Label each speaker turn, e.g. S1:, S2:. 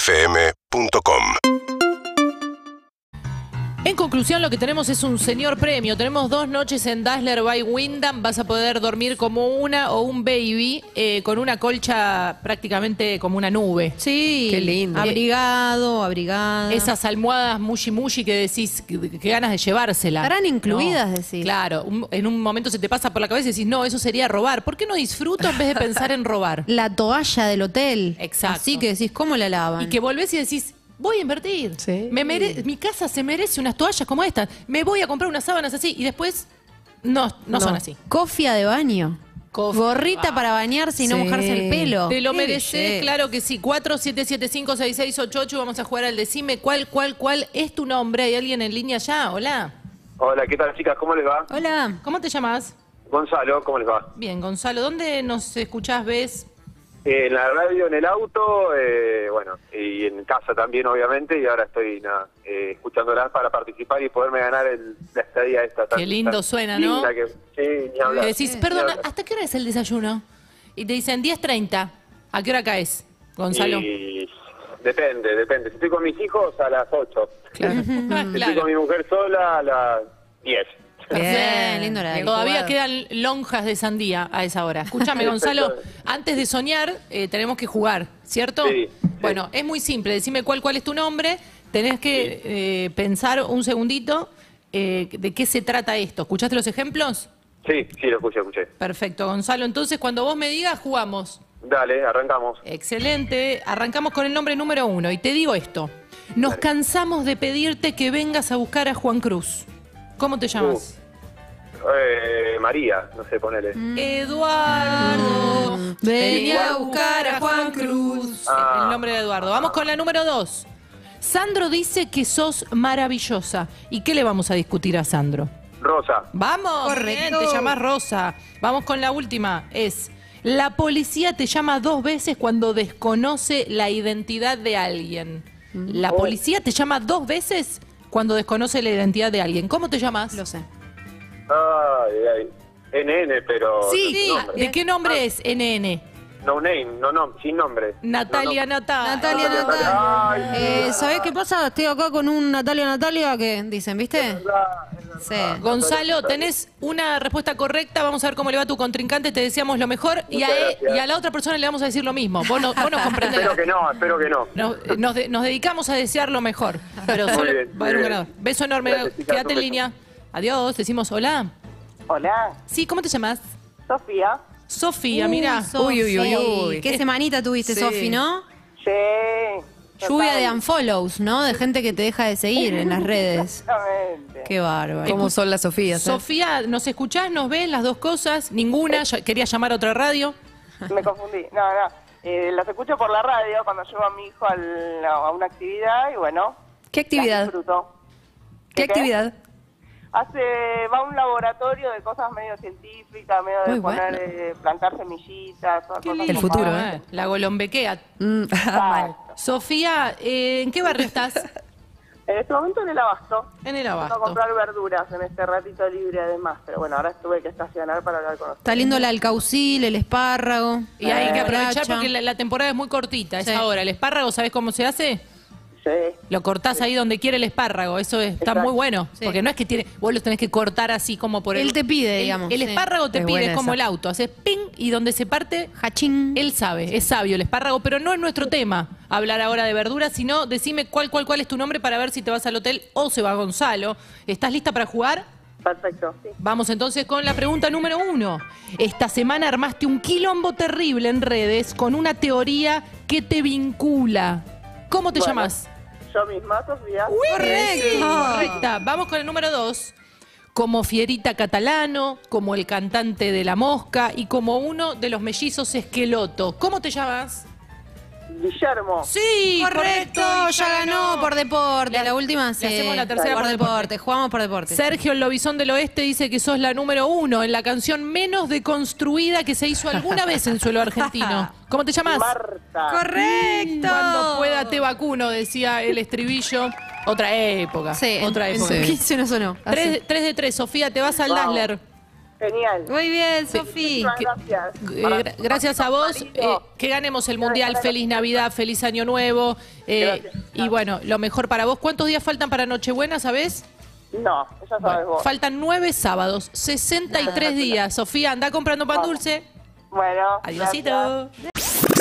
S1: UrbanaPlayFM.com
S2: En conclusión, lo que tenemos es un señor premio. Tenemos dos noches en Dazzler by Wyndham. Vas a poder dormir como una o un baby eh, con una colcha prácticamente como una nube.
S3: Sí.
S4: Qué lindo.
S3: Abrigado, abrigada.
S2: Esas almohadas mushi mushi que decís, que, que ganas de llevársela.
S3: Estarán
S2: ¿no?
S3: incluidas, decís.
S2: Claro, un- en un momento se te pasa por la cabeza y decís, no, eso sería robar. ¿Por qué no disfruto en vez de pensar en robar?
S3: La toalla del hotel.
S2: Exacto.
S3: Así que decís, ¿cómo la lavan?
S2: Y que volvés y decís, voy a invertir.
S4: Sí.
S2: Me mere- mi casa se merece unas toallas como estas. Me voy a comprar unas sábanas así. Y después, no, no, son así.
S3: Cofia de baño.
S2: Cofia
S3: Gorrita
S2: de baño.
S3: para bañarse y no
S4: Sí.
S3: mojarse el pelo.
S2: Te lo
S3: Qué
S2: mereces,
S3: belleza.
S2: claro que sí. 47756688. Vamos a jugar al decime cuál, cuál, cuál es tu nombre. ¿Hay alguien en línea ya? Hola.
S5: Hola, ¿qué tal chicas? ¿Cómo les va?
S3: Hola.
S2: ¿Cómo te llamas?
S5: Gonzalo, ¿cómo les va?
S2: Bien, Gonzalo. ¿Dónde nos escuchás, ves?
S5: Eh, en la radio, en el auto, eh, bueno, y en casa también, obviamente, y ahora estoy nada, eh, escuchándolas para participar y poderme ganar el- la estadía esta.
S2: Qué lindo suena,
S5: linda
S2: ¿no?
S5: que- sí, ni
S2: Le
S5: hablar.
S2: Eh, decís, ah,
S5: Ni
S2: perdona,
S5: hablar.
S2: ¿hasta qué hora es el desayuno? Y te dicen 10.30. ¿A qué hora caes, Gonzalo?
S5: Y depende, depende. Si estoy con mis hijos, a las 8.
S2: Claro. Ah,
S5: Si estoy
S2: claro.
S5: con mi mujer sola, a las 10.
S3: Bien, lindo horario.
S2: Todavía quedan lonjas de sandía a esa hora. Escúchame, Gonzalo, antes de soñar eh, tenemos que jugar, ¿cierto?
S5: Sí, sí.
S2: Bueno, es muy simple. Decime cuál, cuál es tu nombre. Tenés que eh, pensar un segundito eh, de qué se trata esto. ¿Escuchaste los ejemplos?
S5: Sí, sí, lo escuché, escuché.
S2: Perfecto, Gonzalo. Entonces, cuando vos me digas, jugamos.
S5: Dale, arrancamos.
S2: Eh. Excelente. Arrancamos con el nombre número uno. Y te digo esto. Nos cansamos de pedirte que vengas a buscar a Juan Cruz. ¿Cómo te llamas?
S5: Eh, María, no sé, ponele.
S2: Mm. Eduardo, venía a buscar a Juan Cruz.
S5: Ah.
S2: El nombre de Eduardo. Vamos con la número dos. Sandro dice que sos maravillosa. ¿Y qué le vamos a discutir a Sandro?
S5: Rosa,
S2: Vamos, bien,
S3: Correcto.
S2: te llamas Rosa. Vamos con la última. Es, la policía te llama dos veces cuando desconoce la identidad de alguien.
S3: Mm.
S2: La policía te llama dos veces cuando desconoce la identidad de alguien. ¿Cómo te llamas?
S3: Lo sé.
S5: ay, ay. NN, pero.
S3: Sí, Ah.
S5: no,
S3: sí.
S5: nombre.
S2: ¿De qué nombre es NN?
S5: No name, no, no, sin nombre.
S2: Natalia
S5: No,
S2: Natalia.
S3: Natalia,
S5: Natalia,
S3: Natalia.
S5: Natalia.
S3: Eh, ¿Sabés qué pasa? Estoy acá con un Natalia, Natalia que dicen, ¿viste?
S5: no. Ah, es verdad.
S3: Sí.
S2: Gonzalo, tenés una respuesta correcta. Vamos a ver cómo le va a tu contrincante. Te deseamos lo mejor. Y a,
S5: Muchas
S2: él-
S5: gracias.
S2: y a la otra persona le vamos a decir lo mismo. Vos, no, vos nos
S5: Espero
S2: comprenderás.
S5: que no, espero que no.
S2: Nos, eh, nos de- nos dedicamos a desear lo mejor. Pero
S5: Muy
S2: solo va a
S5: bien,
S2: haber
S5: muy
S2: un
S5: bien.
S2: ganador. Beso enorme.
S5: Gracias, chicas,
S2: Quédate
S5: un
S2: en
S5: beso.
S2: línea. Adiós. Decimos hola.
S6: Hola,
S2: Sí, ¿cómo te llamas?
S6: Sofía.
S2: Sofía,
S3: Uh,
S2: mira.
S3: Sofi,
S4: Uy, uy, uy, uy.
S2: Este-
S3: Qué semanita tuviste,
S4: Sí.
S3: Sofi, ¿no?
S6: Sí.
S3: Lluvia de
S6: Anfo.
S3: unfollows, ¿no? De gente que te deja de seguir en las redes.
S6: Exactamente.
S3: Qué bárbaro.
S4: ¿Cómo son las Sofías? eh?
S2: Sofía, ¿nos escuchás? ¿Nos ves? Las dos cosas. Ninguna. Ya- Quería llamar a otra radio.
S6: Me confundí. No, no. Eh, las escucho por la radio cuando llevo a mi hijo al- a una actividad y bueno.
S4: ¿Qué
S6: las
S4: actividad?
S6: disfruto.
S4: ¿Qué
S6: ¿Qué?
S4: actividad?
S6: Hace, va a un laboratorio de cosas medio científicas, medio
S4: Muy
S6: de poner,
S4: bueno.
S6: eh, plantar semillitas, todas cosas Ah,
S4: lindo. El
S6: como
S4: futuro,
S6: para-
S4: ¿eh?
S2: La golombequea.
S4: Mm, mal.
S6: Exacto.
S2: Sofía, eh, ¿en qué barrio estás?
S6: En este momento en el abasto.
S2: En el
S6: Tengo que
S2: abasto.
S6: comprar verduras en este ratito libre además, pero bueno, ahora tuve que estacionar para hablar con ustedes.
S3: Está lindo el alcaucil, el espárrago.
S2: Y hay que
S3: la
S2: aprovechar
S3: cucaracha.
S2: porque la, la temporada es muy cortita, es
S3: Eh, Sí.
S2: ahora. El espárrago, ¿sabes cómo se hace?
S6: Sí.
S2: Lo cortás ahí donde quiere el espárrago, eso es- está
S6: Exacto.
S2: muy bueno.
S3: Sí.
S2: Porque no es que tiene, vos los tenés que cortar así como por el.
S3: Él te pide,
S2: el-
S3: digamos,
S2: El,
S3: sí.
S2: espárrago te
S4: Es
S2: pide,
S4: buena
S2: es como el
S4: esa.
S2: auto, haces ping y donde se parte,
S3: Hachín.
S2: él sabe, es sabio el espárrago, pero no es nuestro tema hablar ahora de verduras, sino decime cuál, cuál, cuál es tu nombre para ver si te vas al hotel o se va Gonzalo. ¿Estás lista para jugar?
S6: Perfecto, sí.
S2: Vamos entonces con la pregunta número uno. Esta semana armaste un quilombo terrible en redes con una teoría que te vincula. ¿Cómo te
S6: Bueno.
S2: llamas?
S6: Yo misma, Sofía.
S2: Correcta. Vamos con el número dos. Como Fierita Catalano, como el cantante de La Mosca y como uno de los mellizos Esqueloto. ¿Cómo te llamas?
S6: Guillermo.
S2: Sí,
S3: Correcto, ya ganó por deporte. La, última sí.
S2: hacemos la tercera
S3: por,
S2: por
S3: deporte.
S2: deporte.
S3: Jugamos por deporte.
S2: Sergio el Lobizón del Oeste dice que sos la número uno en la canción menos deconstruida que se hizo alguna vez en suelo argentino. ¿Cómo te llamas?
S6: Marta.
S3: Correcto.
S2: Cuando pueda te vacuno, decía el estribillo. Otra época.
S3: Sí,
S2: otra
S3: en-
S2: época.
S3: en 15 no sonó. Así.
S2: 3, de 3, Sofía, te vas al
S6: Wow.
S2: Dazzler.
S6: Genial.
S3: Muy bien, Sofi.
S6: Muchas gracias.
S2: Eh, gra- gracias a vos, eh, que ganemos el Mundial. Feliz Navidad, feliz Año Nuevo. eh, y bueno, lo mejor para vos. ¿Cuántos días faltan para Nochebuena, sabés?
S6: No, eso sabes
S2: Bueno,
S6: vos.
S2: faltan nueve sábados, 63 días. Sofía, anda comprando pan dulce.
S6: Bueno.
S2: Adiosito.
S6: gracias.